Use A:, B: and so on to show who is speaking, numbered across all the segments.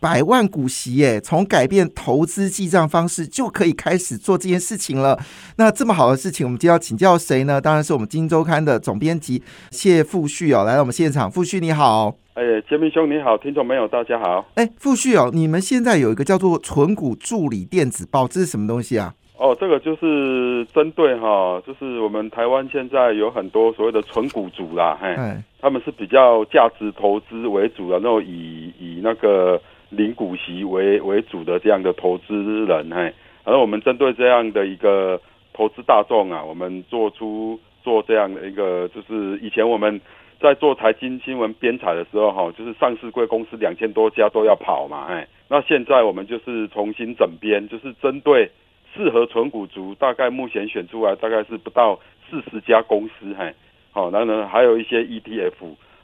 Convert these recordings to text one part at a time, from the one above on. A: 百万股息耶，从改变投资记账方式就可以开始做这件事情了。那这么好的事情，我们就要请教谁呢？当然是我们《金周刊》的总编辑谢富旭哦，来到我们现场。富旭你好，
B: 哎，杰明兄你好，听众朋友大家好。
A: 哎，富旭哦，你们现在有一个叫做“存股助理电子报”，这是什么东西啊？
B: 哦，这个就是针对哈，就是我们台湾现在有很多所谓的纯股族啦，嘿，
A: 哎，
B: 他们是比较价值投资为主的，然后以以那个零股息为为主的这样的投资人，嘿，然后我们针对这样的一个投资大众啊，我们做出做这样的一个，就是以前我们在做财经新闻编采的时候，哈，就是上市贵公司两千多家都要跑嘛，哎，那现在我们就是重新整编，就是针对适合纯股族，大概目前选出来大概是不到四十家公司，嘿，好、然后呢还有一些 ETF，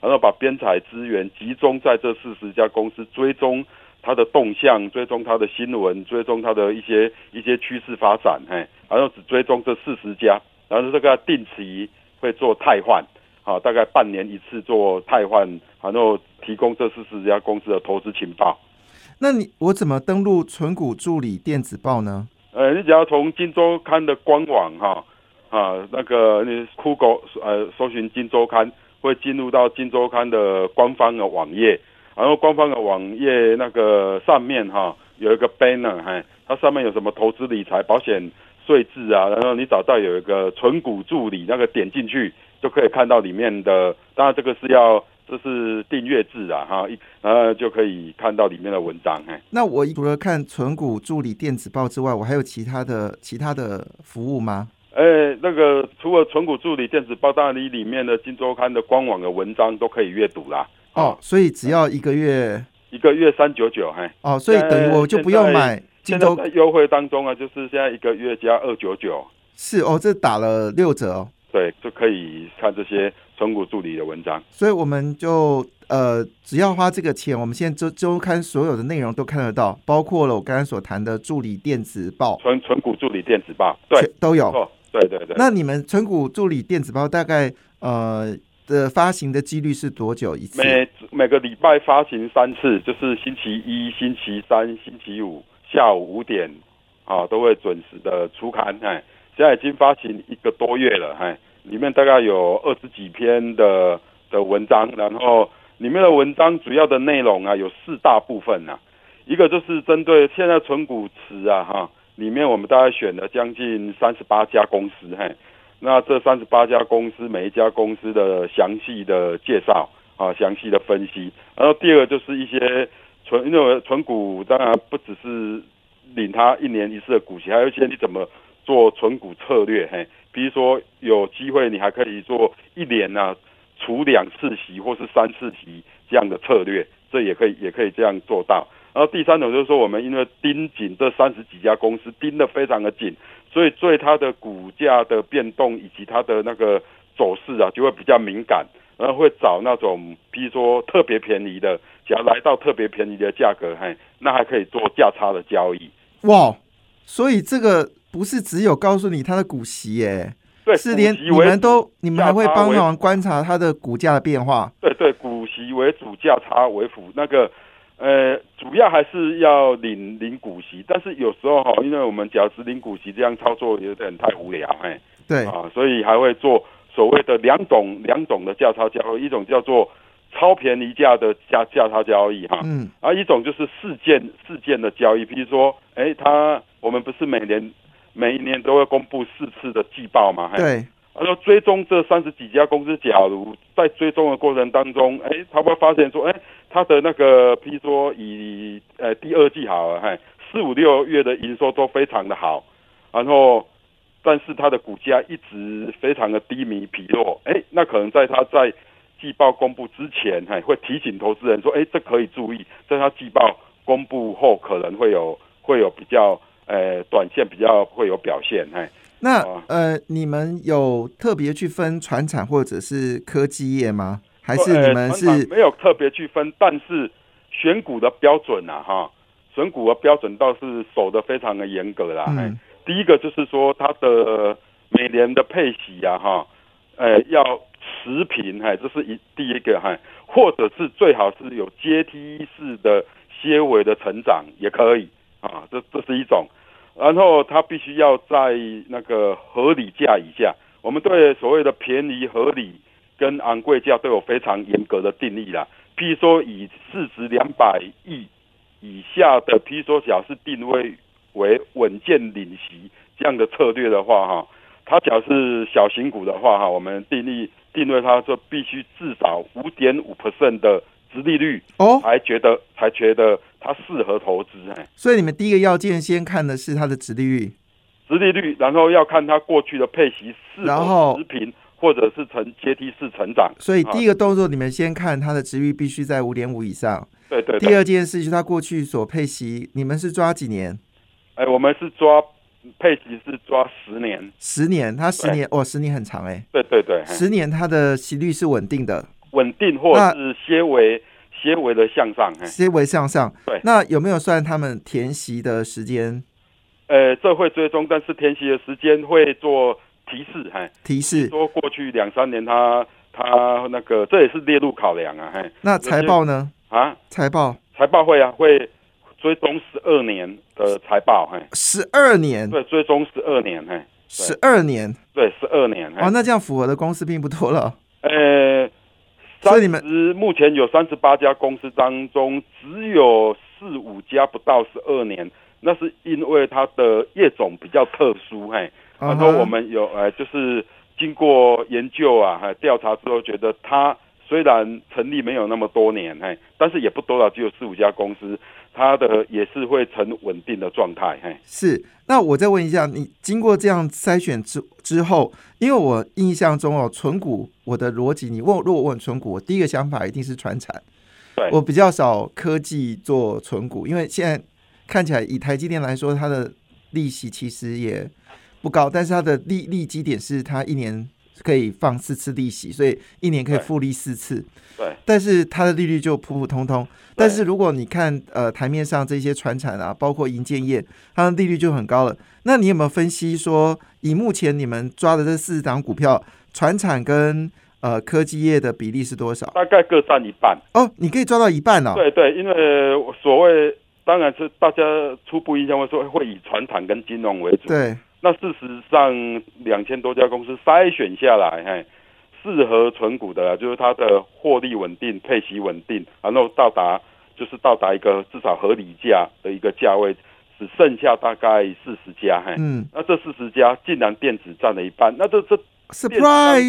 B: 然后把编采资源集中在这四十家公司，追踪它的动向，追踪它的新闻，追踪它的一些一些趋势发展，嘿，然后只追踪这四十家，然后这个定期会做汰换，好、大概半年一次做汰换，然后提供这四十家公司的投资情报。
A: 那你我怎么登录“存股助理电子报”呢？
B: 呃，你只要从《金周刊》的官网哈啊那个你 Google 呃搜寻《金周刊》，会进入到《金周刊》的官方的网页，然后官方的网页那个上面哈、有一个 banner 嘿，它上面有什么投资理财、保险、税制啊，然后你找到有一个存股助理，那个点进去就可以看到里面的，当然这个是要这是订阅制啊哈，一然后就可以看到里面的文章嘿。
A: 那我除了看“存股助理电子报”之外，我还有其他的其他的服务吗？
B: 呃，那个除了存股助理电子报，当然你里面的《金周刊》的官网的文章都可以阅读啦。
A: 哦，，所以只要一个月
B: 一个月三九九，嘿，
A: 哦，所以等于我就不用
B: 现在
A: 买金
B: 现在
A: 州
B: 在优惠当中啊，就是现在一个月加二九九，
A: 是哦，这打了六折哦，
B: 对，就可以看这些存股助理的文章。
A: 所以我们就呃，只要花这个钱，我们现在周周刊所有的内容都看得到，包括了我刚刚所谈的助理电子报，
B: 存存股助理电子报，对，
A: 全都有。
B: 错，对对对。
A: 那你们存股助理电子报大概呃的发行的几率是多久一次？
B: 每每个礼拜发行三次，就是星期一、星期三、星期五下午五点，啊，都会准时的出刊。哎，现在已经发行一个多月了，哎，里面大概有二十几篇的的文章，然后里面的文章主要的内容啊，有四大部分呐、一个就是针对现在存股池啊，哈，里面我们大概选了将近三十八家公司，哎嘿，那这三十八家公司每一家公司的详细的介绍啊，详细的分析。然后第二个就是一些存，因为存股当然不只是领它一年一次的股息，还有一些你怎么做存股策略，嘿，比如说有机会你还可以做一年呢、啊、除两次息或是三次息这样的策略，这也可以也可以这样做到。然后第三种就是说，我们因为盯紧这三十几家公司，盯得非常的紧，所以对它的股价的变动以及它的那个走势啊，就会比较敏感，然后会找那种，比如说特别便宜的，只要来到特别便宜的价格，嘿，那还可以做价差的交易。
A: 哇，所以这个不是只有告诉你它的股息耶，
B: 对，
A: 是连
B: 股息
A: 你
B: 为
A: 们
B: 主
A: 都你们还会
B: 价差
A: 帮
B: 为
A: 忙观察它的股价的变化。
B: 对对，股息为主，价差为辅。那个呃，主要还是要领领股息，但是有时候哈，因为我们假如是领股息这样操作有点太无聊，嘿。
A: 对，
B: 啊，所以还会做所谓的两种两种的价差交易，一种叫做超便宜价的价价差交易哈，
A: 嗯，
B: 啊，一种就是事件事件的交易，比如说，哎，它我们不是每年每一年都会公布四次的季报嘛，嘿，
A: 对，
B: 然后啊追踪这三十几家公司，假如在追踪的过程当中，哎，他会发现说，哎，他的那个，譬如说以呃第二季好了，哎，四五六月的营收都非常的好，然后但是它的股价一直非常的低迷疲弱，哎，那可能在它在季报公布之前，哎，会提醒投资人说，哎，这可以注意，在它季报公布后可能会有会有比较。呃短线比较会有表现，哎，
A: 那
B: 哦
A: 呃，你们有特别去分船产或者是科技业吗？还
B: 呃
A: 是你们
B: 船厂
A: 是
B: 没有特别区分，但是选股的标准啊，哈，选股的标准倒是守得非常的严格啦。哎
A: 嗯
B: 第一个就是说它的每年的配息啊，哈，呃，要持平，哎，这是一第一个，哎，或者是最好是有阶梯式的些微的成长也可以啊，这这是一种。然后它必须要在那个合理价以下，我们对所谓的便宜合理跟昂贵价都有非常严格的定义啦。譬如说，以市值两百亿以下的，譬如说小是定位为稳健领息这样的策略的话，哈，它假如是小型股的话，哈，我们定义定位它说必须至少五点五 percent 的殖利率，
A: 哦？
B: 才觉得才觉得它适合投资，哎。
A: 所以你们第一个要件先看的是它的殖利率，
B: 殖利率，然后要看它过去的配息是
A: 然后
B: 否持平，或者是呈阶梯式成长。啊
A: 所以第一
B: 个、
A: 个动作你们先看它的殖利率必须在五点五以上。
B: 对对
A: 第
B: 对，
A: 二件事就是它过去所配息，你们是抓几年？
B: 哎，我们是抓配息是抓十年，
A: 十年，它十
B: 对嗯
A: 年哦，十年很长哎、
B: 对对对，嘿
A: 十年它的息率是稳定的，
B: 稳定或
A: 那
B: 是些微些微的向上，哎，
A: 些微向上
B: 对。
A: 那有没有算他们填息的时间
B: 呃，这会追踪，但是填息的时间会做提示，哎，
A: 提示？
B: 说过去两三年它它那个这也是列入考量啊，嘿，
A: 那财报呢？
B: 啊，
A: 财报
B: 财报会啊会追踪十二年的财报，嘿，
A: 十二年，
B: 对，追踪十二年，嘿。
A: 十二年
B: 对，十二年。嘿
A: 哦，那这样符合的公司并不多 了。
B: 呃，
A: 所
B: 三
A: 以你们
B: 十目前有三十八家公司当中，只有四五家不到十二年，那是因为它的业种比较特殊，嘿，然后
A: 嗯哼
B: 我们有呃，就是经过研究啊，还调查之后，觉得它虽然成立没有那么多年，嘿，但是也不多了，只有四五家公司，它的也是会呈稳定的状态，嘿。
A: 是，那我再问一下，你经过这样筛选之之后，因为我印象中哦，纯股我的逻辑，你问我如果问纯股，我第一个想法一定是传产，
B: 对
A: 我比较少科技做纯股，因为现在看起来以台积电来说，它的利息其实也不高，但是它的利利基点是它一年可以放四次利息，所以一年可以
B: 对
A: 复利四次，
B: 对，
A: 但是它的利率就普普通通。但是如果你看呃台面上这些船产啊，包括银建业，它的利率就很高了。那你有没有分析说，以目前你们抓的这四十档股票，船产跟呃科技业的比例是多少？
B: 大概各占一半。
A: 哦，你可以抓到一半哦。
B: 对对，因为我所谓当然是大家初步印象会说会以船产跟金融为主，
A: 对
B: 那事实上两千多家公司筛选下来，嘿，适合存股的啦，啊就是它的获利稳定、配息稳定，然后到达就是到达一个至少合理价的一个价位，只剩下大概四十家，嘿。
A: 嗯
B: 那这四十家竟然电子占了一半，那这这电子当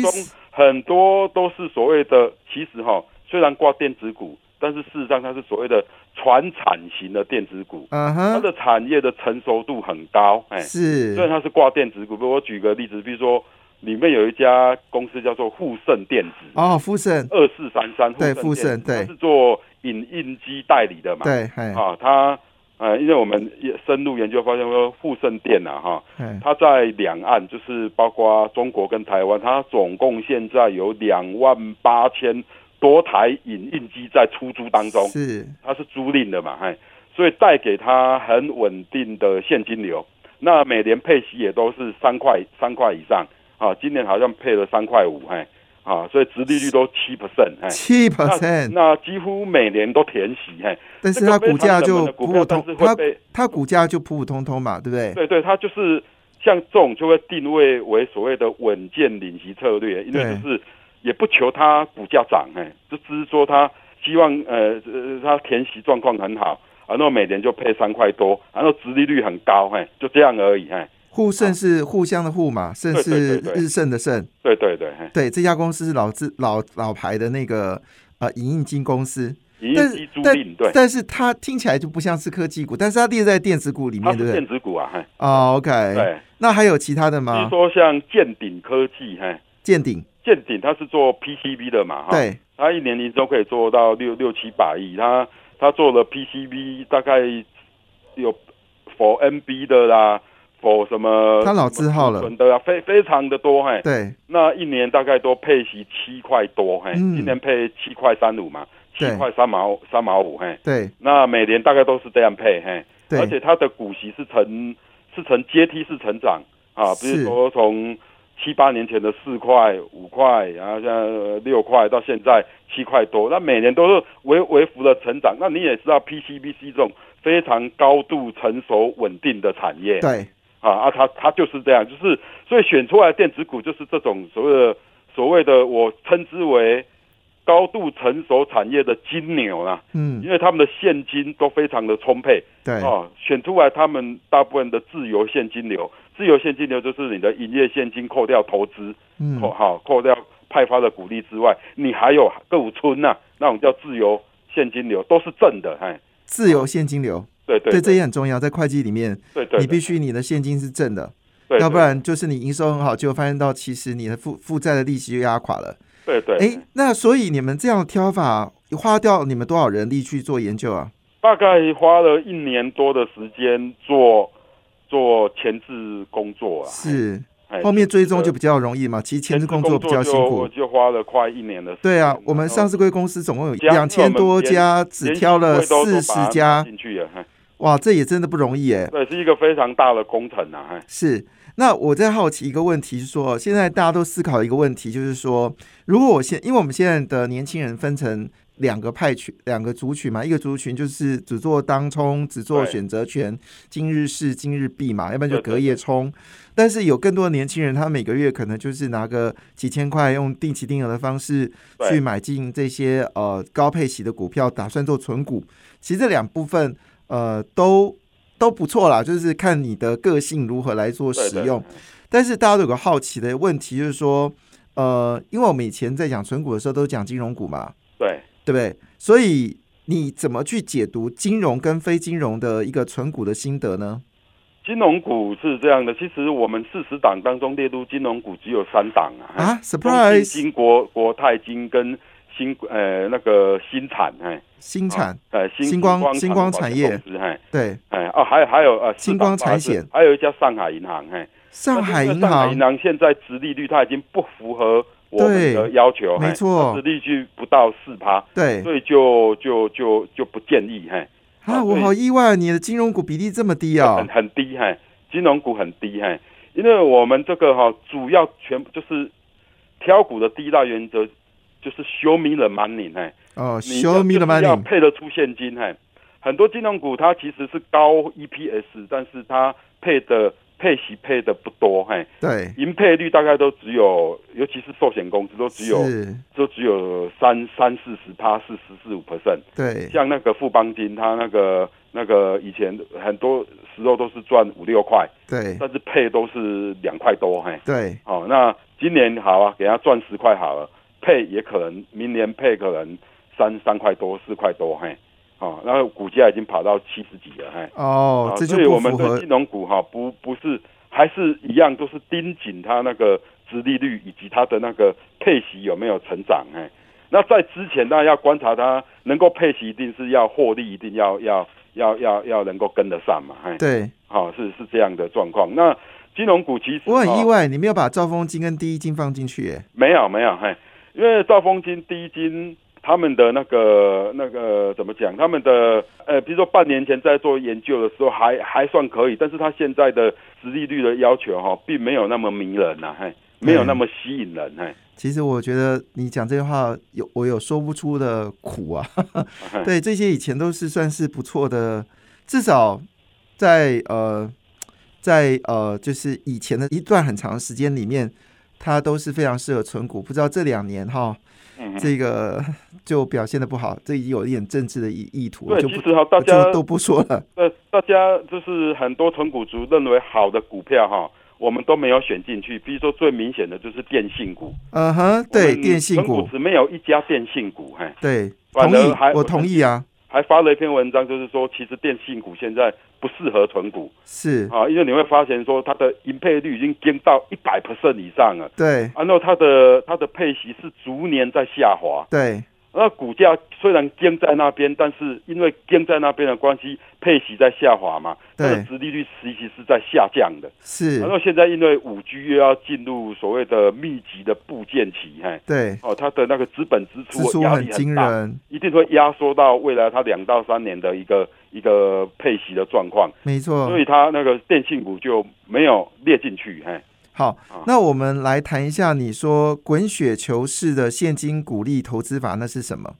B: 中
A: ，surprise，
B: 很多都是所谓的，其实哈，虽然挂电子股，但是事实上它是所谓的传产型的电子股，
A: 嗯
B: 它
A: 哼，
B: 的产业的成熟度很高，哎，
A: 是
B: 虽然它是挂电子股，不过我举个例子，比如说里面有一家公司叫做富盛电子，
A: 哦，富盛，
B: 二四三三，
A: 对
B: 富
A: 富
B: 盛
A: 盛对
B: 电子它是做影印机代理的嘛，
A: 对，嘿，
B: 啊，它呃，因为我们也深入研究发现说富盛电啊，哈，
A: 嘿，
B: 它在两岸，就是包括中国跟台湾，它总共现在有两万八千多台影印机在出租当中，
A: 是
B: 它是租赁的嘛，嘿，所以带给它很稳定的现金流。那每年配息也都是三块三块以上啊，今年好像配了三块五，嘿，啊，所以殖利率都七 percent，嘿。
A: 七
B: 哎那
A: percent，
B: 那几乎每年都填息，嘿，
A: 但是
B: 这
A: 它
B: 个
A: 股
B: 非
A: 价
B: 常冷
A: 就
B: 门的
A: 普
B: 股
A: 普
B: 票，但是
A: 通，它
B: 会被
A: 它股价就普普通通嘛，对不对？
B: 对对，它就是像这种就会定位为所谓的稳健领息策略，因为
A: 对
B: 就是也不求它股价涨，哎，就只是说它希望呃呃它填息状况很好，然后每年就配三块多，然后殖利率很高，哎，就这样而已，哎，
A: 互胜是互相的互嘛，胜
B: 对对
A: 是
B: 对对
A: 日盛的盛。
B: 对对对，哎，
A: 对，这家公司是老字老老牌的那个呃影印金公司，
B: 影
A: 但
B: 印
A: 是
B: 机租
A: 但
B: 赁，对，
A: 但是它听起来就不像是科技股，但是它列在电子股里
B: 它
A: 面，对
B: 是
A: 不
B: 电
A: 对？
B: 子股啊，哎，
A: 哦，OK，
B: 对，
A: 那还有其他的
B: 比如
A: 吗？
B: 说像建鼎科技，哎，
A: 见顶，
B: 建鼎它是做 PCB 的嘛，哈，
A: 对，
B: 它一年营收可以做到六六七百亿，它它做了 PCB 大概有否 NB 的啦，否什么
A: 它老字号了
B: 呃什么储存的啊，非非常的多嘿。
A: 对，
B: 那一年大概都配息七块多嘿，
A: 嗯
B: 今年配七块三五嘛，七
A: 对
B: 块三毛三毛五嘿。
A: 对，
B: 那每年大概都是这样配嘿，而
A: 对，
B: 且它的股息是呈是呈阶梯式成长啊，比
A: 是
B: 如说从七八年前的四块、五块，然后现在呃六块，到现在七块多，那每年都是微微幅的成长。那你也知道，PCBC 这种非常高度成熟稳定的产业，
A: 对，
B: 啊啊，它它就是这样，就是所以选出来的电子股就是这种所谓的所谓的我称之为高度成熟产业的金牛啦、
A: 嗯，
B: 因为他们的现金都非常的充沛。
A: 对，
B: 哦，选出来他们大部分的自由现金流，自由现金流就是你的营业现金扣掉投资，
A: 嗯
B: 扣，好、扣掉派发的股利之外，你还有购物村呐、那种叫自由现金流，都是正的，哎，
A: 自由现金流，
B: 对对
A: 对，
B: 对
A: 这也很重要，在会计里面，
B: 对对，
A: 你必须你的现金是正的，
B: 对，
A: 要不然就是你营收很好，结果发现到其实你的负负债的利息就压垮了。
B: 对对，
A: 哎，那所以你们这样挑法，花掉你们多少人力去做研究啊？
B: 大概花了一年多的时间做做前置工作啊，
A: 是
B: 哎
A: 后面追踪就
B: 这个
A: 比较容易嘛，其实前置工作
B: 作
A: 比较辛
B: 就
A: 苦
B: 我。就嗯花了快一年的时间。
A: 对啊，我们上
B: 次
A: 市贵公司总共有
B: 加
A: 两千多家，只挑了四十家，
B: 进去了，嘿
A: 哇，这也真的不容易哎。
B: 对，是一个非常大的工程啊，嘿
A: 是，那我在好奇一个问题是说，现在大家都思考一个问题，就是说，如果我现，因为我们现在的年轻人分成两个派群、两个族群嘛，一个族群就是只做当冲，只做
B: 对
A: 选择权，今日事今日毕嘛，要不然就
B: 对对
A: 隔夜冲。但是有更多的年轻人，他每个月可能就是拿个几千块，用定期定额的方式
B: 对
A: 去买进这些呃高配息的股票，打算做存股。其实这两部分呃都都不错啦，就是看你的个性如何来做
B: 对
A: 使
B: 对
A: 用。
B: 对
A: 但是大家都有个好奇的问题，就是说，呃，因为我们以前在讲存股的时候都讲金融股嘛，
B: 对，
A: 对不对？所以你怎么去解读金融跟非金融的一个存股的心得呢？
B: 金融股是这样的，其实我们四十档当中列入金融股只有三档啊，嘿
A: 啊
B: 中信
A: ，surprise，
B: 金国国泰金跟新呃那个新产，哎，
A: 新产，
B: 呃新
A: 星光
B: 产
A: 星光产业
B: 保险公司，嘿
A: 对，
B: 哎哦，还有还有呃，
A: 星光
B: 四档
A: 财险
B: 是还有一家上海银行，嘿，
A: 上海
B: 那这
A: 银
B: 个上海
A: 行
B: 银，行现在殖利率它已经不符合我
A: 对
B: 们的要求，嘿
A: 没错
B: 殖利率不到四趴，
A: 对
B: 所以就就就就不建议，哎嘿，
A: 啊，我
B: 对
A: 好意外，你的金融股比例这么低啊
B: 很，很低，嘿，金融股很低，嘿，因为我们这个哈、主要全就是挑股的第一大原则就是 show me the money，嘿，
A: 哦
B: 你
A: ，show me the
B: 就是要
A: money，
B: 配得出现金，嘿，很多金融股它其实是高 EPS，但是它配的配息配的不多，嘿。
A: 对，
B: 盈配率大概都只有，尤其是寿险公司都只有
A: 是，
B: 都只有三三四十趴、四十四五 percent。
A: 对，
B: 像那个富邦金，它那个那个以前很多时候都是赚五六块，
A: 对，
B: 但是配都是两块多，嘿。
A: 对，
B: 哦，那今年好啊，给它赚十块好了，配也可能明年配可能三三块多、四块多，嘿。哦，那股价已经跑到七十几了，嘿。
A: 哦，这就
B: 啊所以
A: 不
B: 我们
A: 符
B: 对
A: 合
B: 金融股哈、不不是还是一样，都是盯紧它那个殖利率以及它的那个配息有没有成长。哎，那在之前大家要观察它能够配息，一定是要获利，一定要要要要要能够跟得上嘛。哎，
A: 对。
B: 好、是是这样的状况。那金融股其实
A: 我很意
B: 哦
A: 外，你没有把兆丰金跟第一金放进去耶。
B: 没有没有，嘿，因为兆丰金、第一金他们的那个那个怎么讲？他们的呃，比如说半年前在做研究的时候还还算可以，但是他现在的实利率的要求哈、并没有那么迷人呐、嘿，没有那么吸引人，嘿，
A: 其实我觉得你讲这句话有我有说不出的苦啊。
B: 嘿
A: 对，这些以前都是算是不错的，至少在呃在呃就是以前的一段很长的时间里面，它都是非常适合存股。不知道这两年哈，
B: 嗯哼，
A: 这个 就表现的不好，这已经有一点政治的意意图，我
B: 对，
A: 就
B: 其
A: 不
B: 实哈，大
A: 我就
B: 家
A: 都不说了。
B: 呃，大家就是很多存股族认为好的股票哈、我们都没有选进去。比如说最明显的就是电信股，
A: 嗯哼，
B: 我
A: 对，
B: 们
A: 电信
B: 存
A: 股，
B: 只没有一家电信股，嘿。
A: 对，
B: 反
A: 同意
B: 而还，
A: 我同意啊，
B: 还发了一篇文章，就是说，其实电信股现在不适合存股
A: 是，
B: 啊，因为你会发现说，它的盈配率已经跌到一啊百 percent 以上了，
A: 对
B: 然后它的它的配息是逐年在下滑
A: 对
B: 那股价虽然盯在那边，但是因为盯在那边的关系，配息在下滑嘛，
A: 对
B: 它的殖利率其实是在下降的。
A: 是
B: 然，后现在因为五 G 又要进入所谓的密集的部件期，嘿，
A: 对，
B: 哦，它的那个资本支
A: 支
B: 出
A: 出
B: 压
A: 很
B: 力
A: 惊
B: 很大，
A: 人，
B: 一定会压缩到未来它两到三年的一个一个配息的状况，
A: 没错
B: 所。以它那个电信股就没有列进去，嘿，
A: 好
B: 啊，
A: 那我们来谈一下，你说滚雪球式的现金鼓励投资法，那是什么？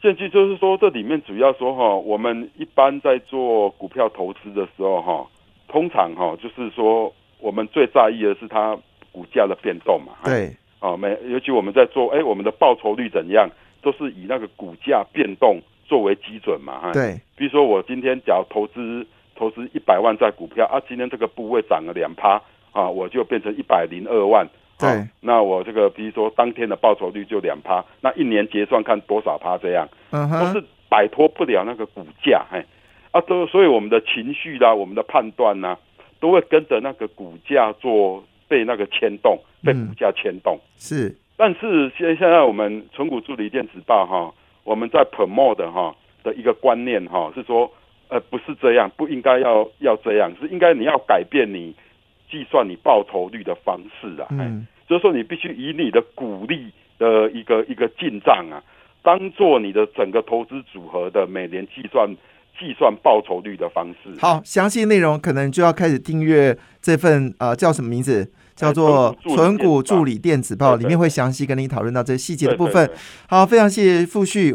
B: 现金就是说，这里面主要说哈，我们一般在做股票投资的时候哈，通常哈就是说，我们最在意的是它股价的变动嘛。哎。
A: 对，
B: 哦，每尤其我们在做，哎，我们的报酬率怎样，都是以那个股价变动作为基准嘛。哎。
A: 对，
B: 比如说我今天假如投资投资一百万在股票啊，今天这个部位涨了两趴啊，我就变成一百零二万。啊
A: 对
B: 那我这个比如说当天的报酬率就两趴，那一年结算看多少趴这样。
A: 嗯
B: 都
A: 哼，
B: 是摆脱不了那个股价，嘿，啊，都所以我们的情绪啦、我们的判断呐、都会跟着那个股价做被那个牵动，被
A: 嗯
B: 股价牵动。
A: 是，
B: 但是现现在我们纯股助理电子报哈，我们在 promote 的哈的一个观念哈是说，呃，不是这样，不应该要要这样，是应该你要改变你计算你报酬率的方式啊，嘿
A: 嗯，
B: 就是说你必须以你的股利的一个一个进账啊，当做你的整个投资组合的每年计算计算报酬率的方式。
A: 好，详细内容可能就要开始订阅这份呃叫什么名字？叫做《存
B: 哎纯
A: 股
B: 股
A: 助
B: 助
A: 理电子报》，
B: 对对
A: 里面会详细跟你讨论到这细节的部
B: 对
A: 分
B: 对。对
A: 好，非常谢谢傅旭，